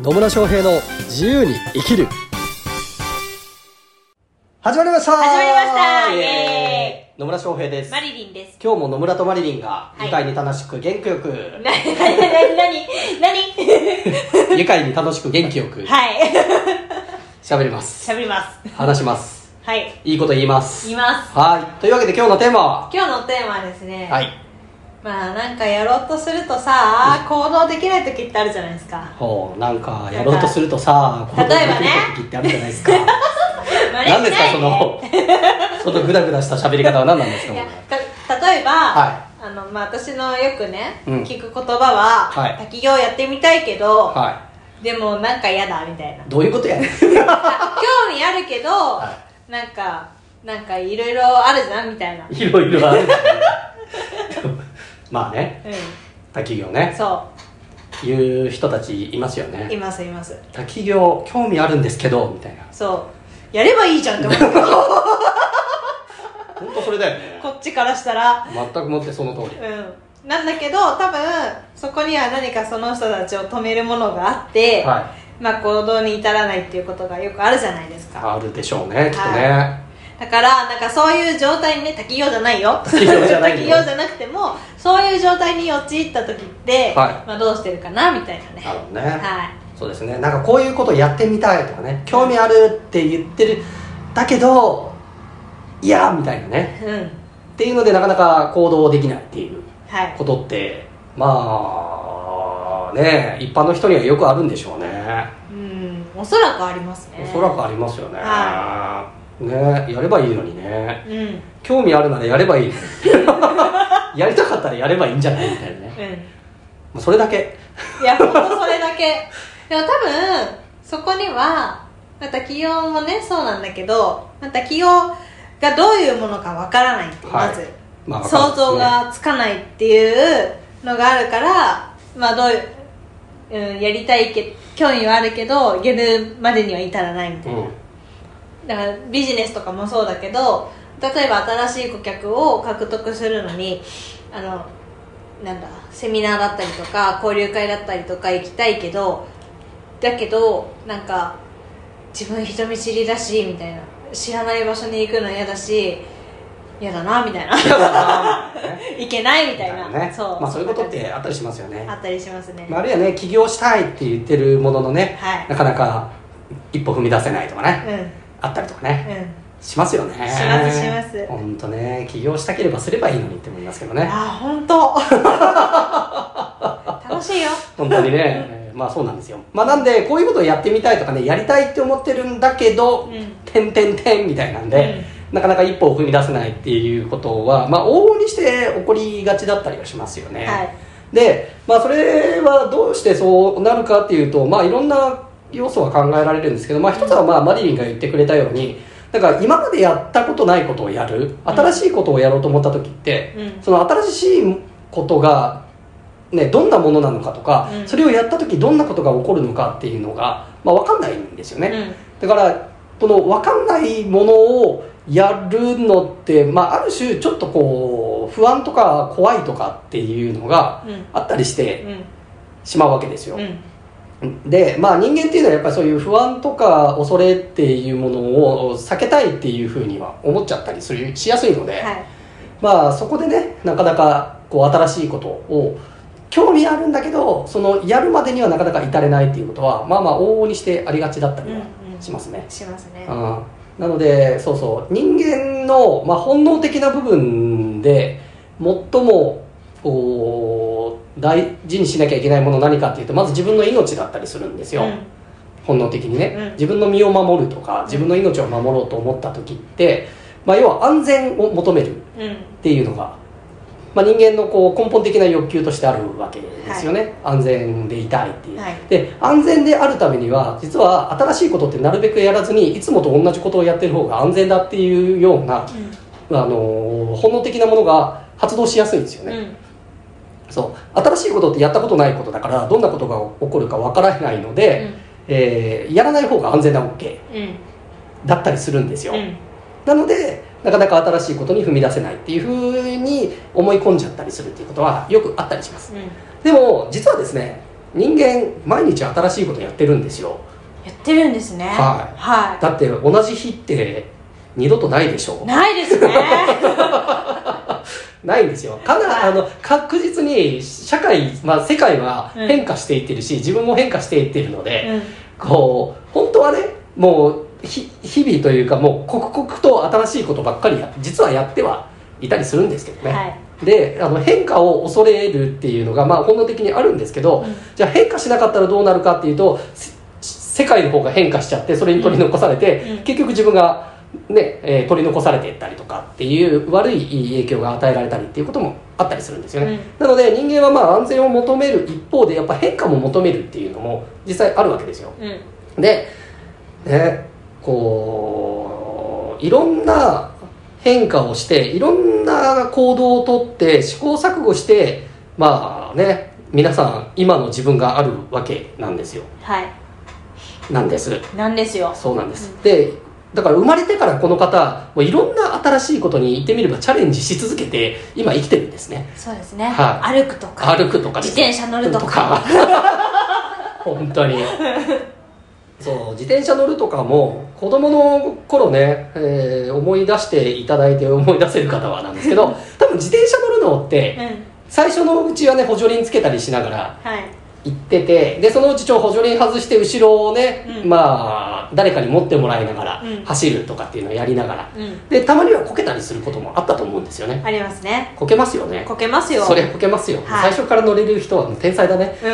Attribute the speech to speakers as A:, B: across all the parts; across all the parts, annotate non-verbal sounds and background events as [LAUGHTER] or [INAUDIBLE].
A: 野村翔平の自由に生きる始まりました
B: 始まりましたイエ
A: 野村翔平です
B: マリリンです。
A: 今日も野村とマリリンが
B: はい
A: 愉快に楽しく元気よく、
B: な、な、な、なに、なに。
A: 愉快に楽しく元気よく
B: はい。
A: 喋ります
B: 喋ります。
A: 話します
B: はい。
A: いいこと言います
B: 言います。
A: はいというわけで今日のテーマは
B: 今日のテーマはですね。
A: はい
B: まあ、なんかやろうとするとさ、行動できない時ってあるじゃないですか。
A: ほうなんかやろうとするとさ
B: [LAUGHS] 例えばね
A: こういう時ってあるじゃないです
B: [LAUGHS]
A: か
B: まあ
A: 何ですか
B: ね
A: そ
B: [LAUGHS]
A: のそのグダグダした喋り方は何なんですか
B: いや、た、例えば。
A: は
B: あの、まあ、私のよくね、
A: うん
B: 聞く言葉は、
A: はい
B: 滝行やってみたいけど。
A: は
B: でも、なんか嫌だみたいな。
A: いどういうことやねん
B: あ興味あるけど、
A: は
B: なんか、なんかいろいろあるじゃんみたいな。う
A: いろいろあるんだけど [LAUGHS] まあね
B: ん。
A: 他企業ね
B: そ
A: 言う人たちいますよ
B: う。い
A: ね
B: ます、います。
A: 他企業興味あるんですけどみたいな
B: そうやればいいじゃんって思う
A: 本当それだよね
B: [LAUGHS] こっちからしたら
A: 全くもってその通り
B: うんなんだけど多分そこには何かその人たちを止めるものがあって、
A: はい
B: まあ行動に至らないっていうことがよくあるじゃないですか
A: あるでしょうねきっとね、
B: だからなんかそういう状態にね滝行じゃないよ
A: 滝行じゃないよ
B: 滝行じゃなくてもそういう状態に陥った時って、
A: は
B: まあ、どうしてるかなみたいなね
A: なるほどね、
B: はい
A: そうですねなんかこういうことやってみたいとかね興味あるって言ってるだけどいやみたいなね
B: うん
A: っていうのでなかなか行動できないっていう
B: はい
A: ことってまあね一般の人にはよくあるんでしょうね
B: うんおそらくありますね
A: おそらくありますよね、
B: は
A: ねやればいいのにね
B: うんうん
A: 興味あるならやればい
B: [LAUGHS]
A: いやりたかったらやればいいんじゃないみたいなねもうそれだけ
B: いや、ほんとそれだけ。でも多分、そこには、また起用もね、そうなんだけど、また起用がどういうものかわからないっていう、
A: はい
B: まず、
A: まあ
B: 想像がつかないっていうのがあるから、まあどういう、うん、やりたいけ、興味はあるけど、やるまでには至ら [LAUGHS] ないみたいな。
A: うん
B: だからビジネスとかもそうだけど例えば新しい顧客を獲得するのにあのなんだセミナーだったりとか交流会だったりとか行きたいけどだけどなんか自分人見知りだしみたいな知らない場所に行くの嫌だし嫌だなみたいな
A: [LAUGHS]
B: 行けないみたいな、
A: ね
B: そう、
A: まあ、そういうことってあったりしますよね
B: あったりしますね、
A: まああるいはね起業したいって言ってるもののね
B: はい
A: なかなか一歩踏み出せないとかね
B: うん
A: あったりとかね
B: うん
A: しますよね
B: しますします
A: 本当ね起業したければすればいいのにって思いますけどね
B: あ本当楽しいよ
A: 本当にねえーまあそうなんですよまあなんでこういうことをやってみたいとかねやりたいって思ってるんだけど
B: うん
A: 「てんてんてん」みたいなんで、なかなか一歩を踏み出せないっていうことはまあ往々にして起こりがちだったりはしますよね、
B: はい
A: で、まあ、それはどうしてそうなるかっていうと、まあ、いろんな要素は考えられるんですけど、まあ、一つはまあマリリンが言ってくれたようになんか今までやったことないことをやる新しいことをやろうと思った時って、
B: うん
A: その新しいことが、ね、どんなものなのかとか、
B: うん
A: それをやった時どんなことが起こるのかっていうのが、まあ、分かんないんですよね。
B: う
A: だ
B: ん
A: からこの分かんないものをやるのって、まあ、ある種ちょっとこう不安とか怖いとかっていうのが
B: うん
A: あったりして
B: う
A: しまうわけですよ
B: んう、ん
A: で、まあ、人間っていうのはやっぱりそういう不安とか恐れっていうものを避けたいっていうふうには思っちゃったりするしやすいので、
B: はい
A: まあそこでねなかなかこう新しいことを興味あるんだけどそのやるまでにはなかなか至れないっていうことはまあまあ往々にしてありがちだったりはしますね。
B: しますね
A: うんなのでそうそう人間の、まあ、本能的な部分で最もこう大事にしなきゃいけないもの何かっていうとまず自分の命だったりするんですよ、
B: うん
A: 本能的にね、
B: うん
A: 自分の身を守るとか自分の命を守ろうと思った時って、まあ、要は安全を求めるっ
B: うん
A: ていうのが、まあ、人間のこう根本的な欲求としてあるわけですよね、安全でいたいっていう、
B: はい
A: で安全であるためには実は新しいことってなるべくやらずにいつもと同じことをやってる方が安全だっていうような、あのー本能的なものが発動しやすいんですよ
B: うんう
A: ね、
B: ん
A: そう新しいことってやったことないことだからどんなことが起こるかわからないので、えーやらない方が安全な OK
B: うん
A: だったりするんですよ、
B: うん
A: なのでなかなか新しいことに踏み出せないっていうふうに思い込んじゃったりするっていうことはよくあったりします
B: うん
A: でも実はですね人間毎日新しいことやってるんですよ
B: やってるんですね
A: はい
B: は
A: だって同じ日って二度とないでしょ
B: いないです [LAUGHS] ね
A: ないんですよかなあの確実に社会、まあ、世界は変化していってるし、自分も変化していってるので、
B: うん
A: こう本当はねもうひ日々というかもう刻々と新しいことばっかりや実はやってはいたりするんですけどね、
B: はい
A: であの変化を恐れるっていうのが、まあ、本能的にあるんですけど、
B: うん
A: じゃあ変化しなかったらどうなるかっていうとせ世界の方が変化しちゃってそれに取り残されて、
B: うんうん
A: 結局自分が、ねえー取り残されていったりとかっていう悪い影響が与えられたりっていうこともあったりするんですよね、なので人間はまあ安全を求める一方でやっぱ変化も求めるっていうのも実際あるわけですよ
B: うん
A: で、ね、こういろんな変化をしていろんな行動をとって試行錯誤してまあね皆さん今の自分があるわけなんですよ
B: はい
A: なんです
B: なんですよ
A: そうなんです、でだから生まれてからこの方もういろんな新しいことに言ってみればチャレンジし続けて今生きてるんですね
B: そうですね、
A: は
B: 歩くとか
A: 歩くとかですね
B: 自転車乗るとか
A: [LAUGHS] 本当にそう自転車乗るとかも子供の頃ね、えー思い出していただいて思い出せる方はなんですけ
B: [LAUGHS]
A: ど多分自転車乗るのっ
B: うん
A: て最初のうちはね補助輪つけたりしながら
B: はい
A: 行っててでそのうちちょ補助輪外して後ろをね、
B: うん
A: まあ誰かに持ってもらいながら
B: うん
A: 走るとかっていうのをやりながら
B: うん
A: でたまにはこけたりすることもあったと思うんですよね
B: ありますね
A: こけますよね
B: こけますよ
A: そりゃこけますよ、
B: はい
A: 最初から乗れる人は天才だ
B: [LAUGHS]
A: ね
B: うん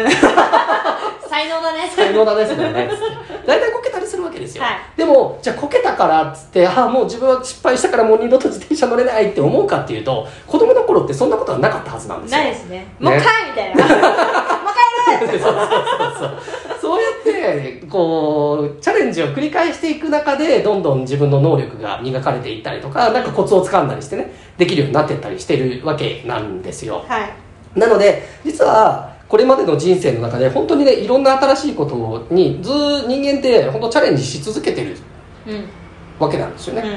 B: 才能だね
A: 才
B: [LAUGHS]
A: 能だねそれはねつって大体こけたりするわけですよ、
B: はい
A: でもじゃあこけたからっつってああもう自分は失敗したからもう二度と自転車乗れないって思うかっていうと子供の頃ってそんなことはなかったはずなんですよ
B: ないですねもう一回みたいな [LAUGHS] もう一回やる
A: そうそうそうそうそうやってこうチャレンジを繰り返していく中でどんどん自分の能力が磨かれていったりとかなんかコツをつかんだりしてねできるようになってったりしてるわけなんですよ
B: はい
A: なので実はこれまでの人生の中で本当にねいろんな新しいことにずー人間って本当チャレンジし続けてる
B: うん
A: わけなんですよね、
B: うん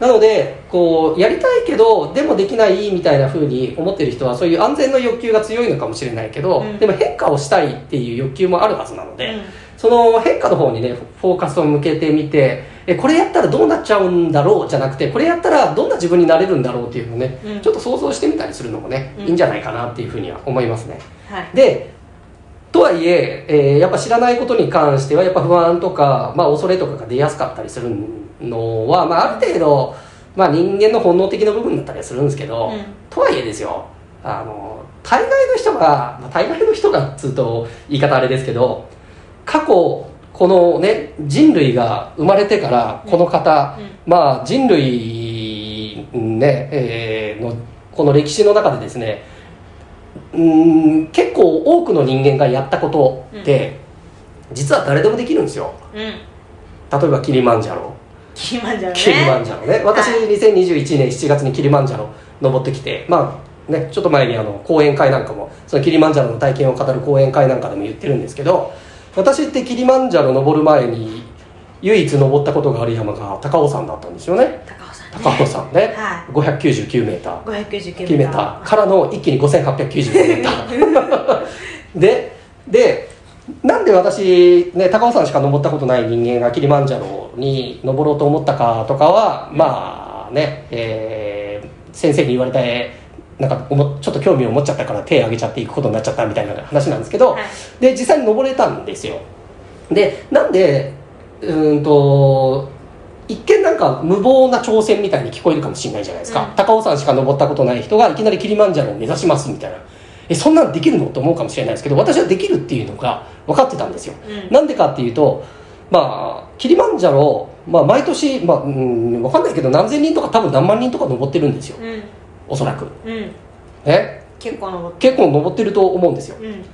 A: なのでこうやりたいけどでもできないみたいな風に思ってる人はそういう安全の欲求が強いのかもしれないけど、
B: うん
A: でも変化をしたいっていう欲求もあるはずなので、
B: うん
A: その変化の方にねフォーカスを向けてみてえこれやったらどうなっちゃうんだろうじゃなくてこれやったらどんな自分になれるんだろうっていうのをね、
B: うん
A: ちょっと想像してみたりするのもね、
B: うん
A: いいんじゃないかなっていうふうには思いますね。
B: はい
A: でとはいええーやっぱ知らないことに関してはやっぱ不安とか、まあ、恐れとかが出やすかったりするのは、まあ、ある程度、まあ、人間の本能的な部分だったりはするんですけど、
B: うん
A: とはいえですよあの大概の人が、まあ、大概の人がっつうと言い方あれですけど過去このね人類が生まれてからこの方、
B: うんうん
A: まあ人類ね、えーのこの歴史の中でですねうーん結構多くの人間がやったことって、実は誰でもできるんですよ
B: うん
A: 例えばキリマンジャロ、
B: キリマンジャロね
A: キリマンジャロね私
B: はい
A: 2021年7月にキリマンジャロ登ってきてまあねちょっと前にあの講演会なんかもそのキリマンジャロの体験を語る講演会なんかでも言ってるんですけど私ってキリマンジャロ登る前に唯一登ったことがある山が高尾山だったんですよね
B: 高尾さんね
A: 高尾山ね
B: は
A: 599メーター
B: 599
A: 決めたからの一気に5890メーターででなんで私、ね、高尾山しか登ったことない人間がキリマンジャロに登ろうと思ったかとかは、まあね、えー先生に言われてなんかおもちょっと興味を持っちゃったから手を挙げちゃっていくことになっちゃったみたいな話なんですけど、
B: はい
A: で実際に登れたんですよでなんでうーんと一見なんか無謀な挑戦みたいに聞こえるかもしれないじゃないですか、
B: うん
A: 高尾山しか登ったことない人がいきなりキリマンジャロを目指しますみたいなえそんなんできるのと思うかもしれないですけど私はできるっていうのが分かってたんですよ、
B: うん
A: なんでかっていうとまあキリマンジャロ、まあ、毎年、まあ、うん分かんないけど何千人とか多分何万人とか登ってるんですよ
B: うん
A: おそらく
B: うん
A: ね
B: 結構登っ
A: 結構登ってると思うんですよ
B: てうん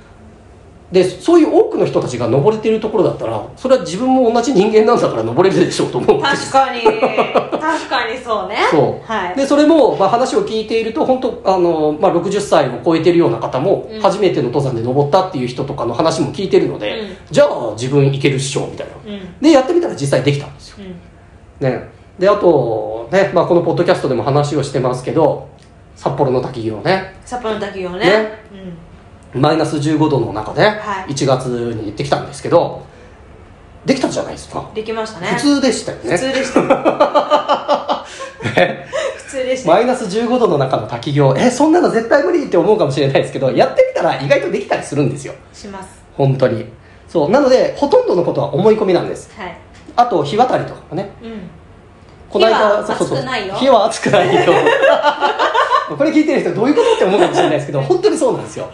A: でそういう多くの人たちが登れてるところだったらそれは自分も同じ人間なんだから登れるでしょうと思うんです
B: 確
A: [LAUGHS]
B: かに確かにそうね
A: そう
B: はい
A: でそれも、まあ、話を聞いていると本当あの、まあ、60歳を超えてるような方も
B: うん
A: 初めての登山で登ったっていう人とかの話も聞いてるので、
B: うん
A: じゃあ自分いけるっしょみたいな
B: うん
A: でやってみたら実際できたんですよ、
B: うん
A: ね、であと、ねまあ、このポッドキャストでも話をしてますけど札幌の滝行ね
B: 札幌の滝をね
A: ね
B: うん
A: マイナス15度の中で
B: はい
A: 1月に行ってきたんですけど、できたじゃないですか、
B: できましたね
A: 普通でしたよ
B: 普
A: ね
B: 通でした
A: [LAUGHS]
B: 普通でした
A: マイナス15度の中の滝行えそんなの絶対無理って思うかもしれないですけどやってみたら意外とできたりするんですよ
B: します
A: 本当にそうなのでほとんどのことは思い込みなんです
B: はい
A: あと日渡りとかもね
B: うん
A: この間
B: 火は熱くないよ
A: 火は熱くないよ [LAUGHS] これ聞いてる人どういうことって思うかもしれないですけど本当にそうなんですよ
B: う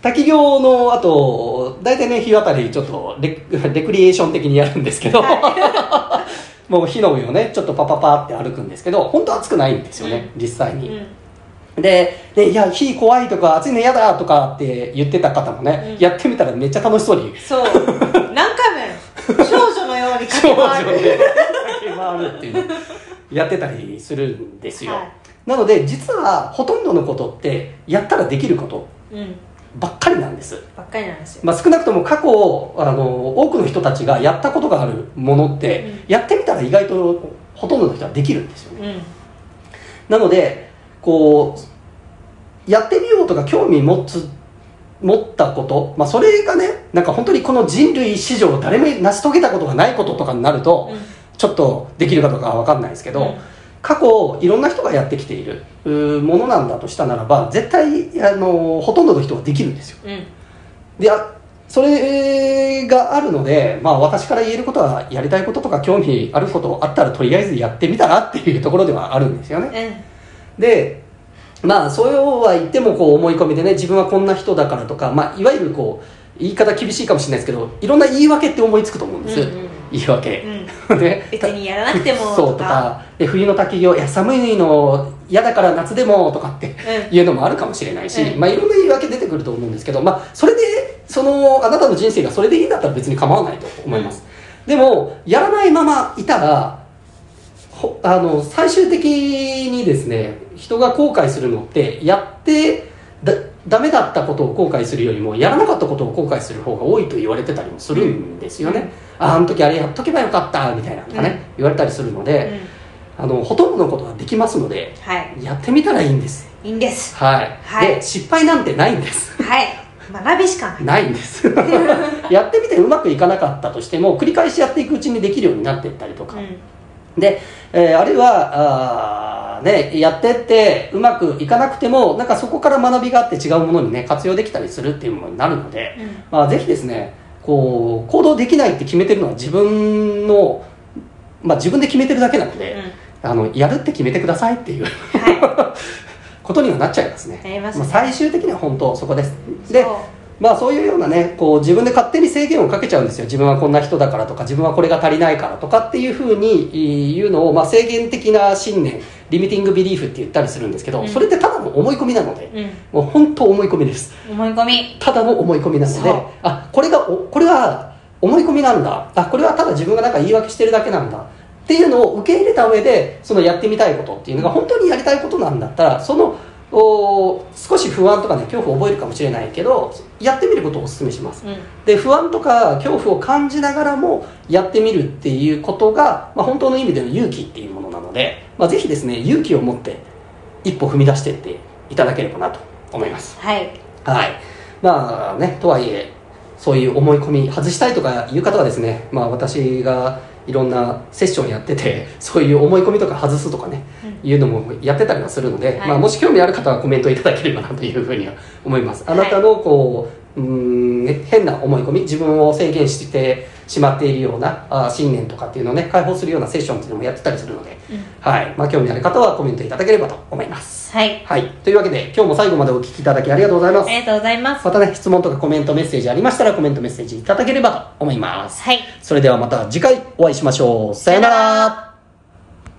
A: 滝行のあと大体ね日渡りちょっとレ [LAUGHS] レクリエーション的にやるんですけど、
B: んは
A: もう火の上をねちょっとパパパって歩くんですけど本当暑くないんですよね、実際
B: い、う
A: に、
B: ん
A: ででいや火怖いとか暑いの嫌だとかって言ってた方もね、
B: うん
A: やってみたらめっちゃ楽しそうに
B: そう何回も少女のように
A: 少
B: 駆け回
A: [LAUGHS] 女で駆け回るっ
B: る
A: ていうのをやってたりするんですよ、
B: はい
A: なので実はほとんどのことってやったらできること
B: うん
A: ばっかりなんです、
B: ばっかりなんですよ、
A: まあ、少なくとも過去あの多くの人たちがやったことがあるものって、
B: うん
A: やってみたら意外とほとんどの人はできるんですよね
B: うん
A: なのでこうやってみようとか興味持つ持ったこと、まあ、それがねなんか本当にこの人類史上誰も成し遂げたことがないこととかになると、
B: うん
A: ちょっとできるかどうかは分かんないですけど、
B: うん
A: 過去いろんな人がやってきているうーものなんだとしたならば絶対あのほとんどの人はできるんですよ
B: うん
A: であそれがあるので、まあ、私から言えることはやりたいこととか興味あることあったらとりあえずやってみたらっていうところではあるんですよね
B: うん
A: でまあそうは言ってもこう思い込みでね自分はこんな人だからとか、まあ、いわゆるこう言い方厳しいかもしれないですけどいろんな言い訳って思いつくと思うんです、
B: うんうん
A: 言い訳、
B: [LAUGHS] うん
A: ね
B: 別にやらなくても
A: そうとかで冬の滝行いや寒いの嫌だから夏でもとかって
B: う
A: いうのもあるかもしれないし、
B: うん
A: まあ、いろんな言い訳出てくると思うんですけど、まあ、それでそのあなたの人生がそれでいいんだったら別に構わないと思います、でもやらないままいたらほあの最終的にですね人が後悔するのってやってだダメだったことを後悔するよりもやらなかったことを後悔する方が多いと言われてたりもするんですよね、ああの時あれやっとけばよかったみたいなのがね、
B: うん
A: 言われたりするの
B: う
A: で、
B: ん
A: あのほとんどのことはできますので
B: はい
A: やってみたらいいんです
B: いいんです
A: はい、
B: はい
A: で失敗なんてないんです
B: はい学びしかない
A: ないんです [LAUGHS] やってみてうまくいかなかったとしても繰り返しやっていくうちにできるようになっていったりとか、で、えーあるいはあー、ね、やってってうまくいかなくてもなんかそこから学びがあって違うものにね活用できたりするっていうものになるので、
B: うん、うん
A: まあ、ぜひですねこう行動できないって決めてるのは自分の、まあ、自分で決めてるだけなので、あのやるって決めてくださいっていう
B: うん、は
A: [LAUGHS] ことにはなっちゃいますね
B: いやります
A: まあ、
B: ね
A: 最終的には本当そこですで
B: そう
A: まあそういうようなねこう自分で勝手に制限をかけちゃうんですよ自分はこんな人だからとか自分はこれが足りないからとかっていうふうにいうのを、まあ、制限的な信念リミティングビリーフって言ったりするんですけど、
B: うん
A: それってただの思い込みなので
B: うん
A: もう本当思い込みです
B: 思い込み
A: ただの思い込みなので
B: そう
A: あこれがおこれは思い込みなんだあこれはただ自分がなんか言い訳してるだけなんだっていうのを受け入れた上でそのやってみたいことっていうのが本当にやりたいことなんだったらそのお少し不安とかね恐怖を覚えるかもしれないけどやってみることをお勧めします
B: うん
A: で不安とか恐怖を感じながらもやってみるっていうことが、まあ、本当の意味での勇気っていうものなので、まあ、ぜひですね勇気を持って一歩踏み出してっていただければなと思います
B: はい
A: はい。まあね、とはいえ、そういう思い込み外したいとかいう方はですね、まあ私がいろんなセッションやってて、 [LAUGHS] そういう思い込みとか外すとかね、いうのもやってたりはするので、
B: はい
A: まあもし興味ある方はコメントいただければなというふうには思います。あなたのこう、うーん変な思い込み、自分を制限してしまっているようなあ信念とかっていうのをね、解放するようなセッションっていうのもやってたりするので、
B: うん
A: はい。まあ興味ある方はコメントいただければと思います。
B: はい
A: はい。というわけで、今日も最後までお聞きいただきありがとうございます
B: あ。りがとうございます
A: またね、質問とかコメントメッセージありましたら、コメントメッセージいただければと思います。
B: はい
A: それではまた次回お会いしましょう。さよな
B: さよな
A: ら
B: ら。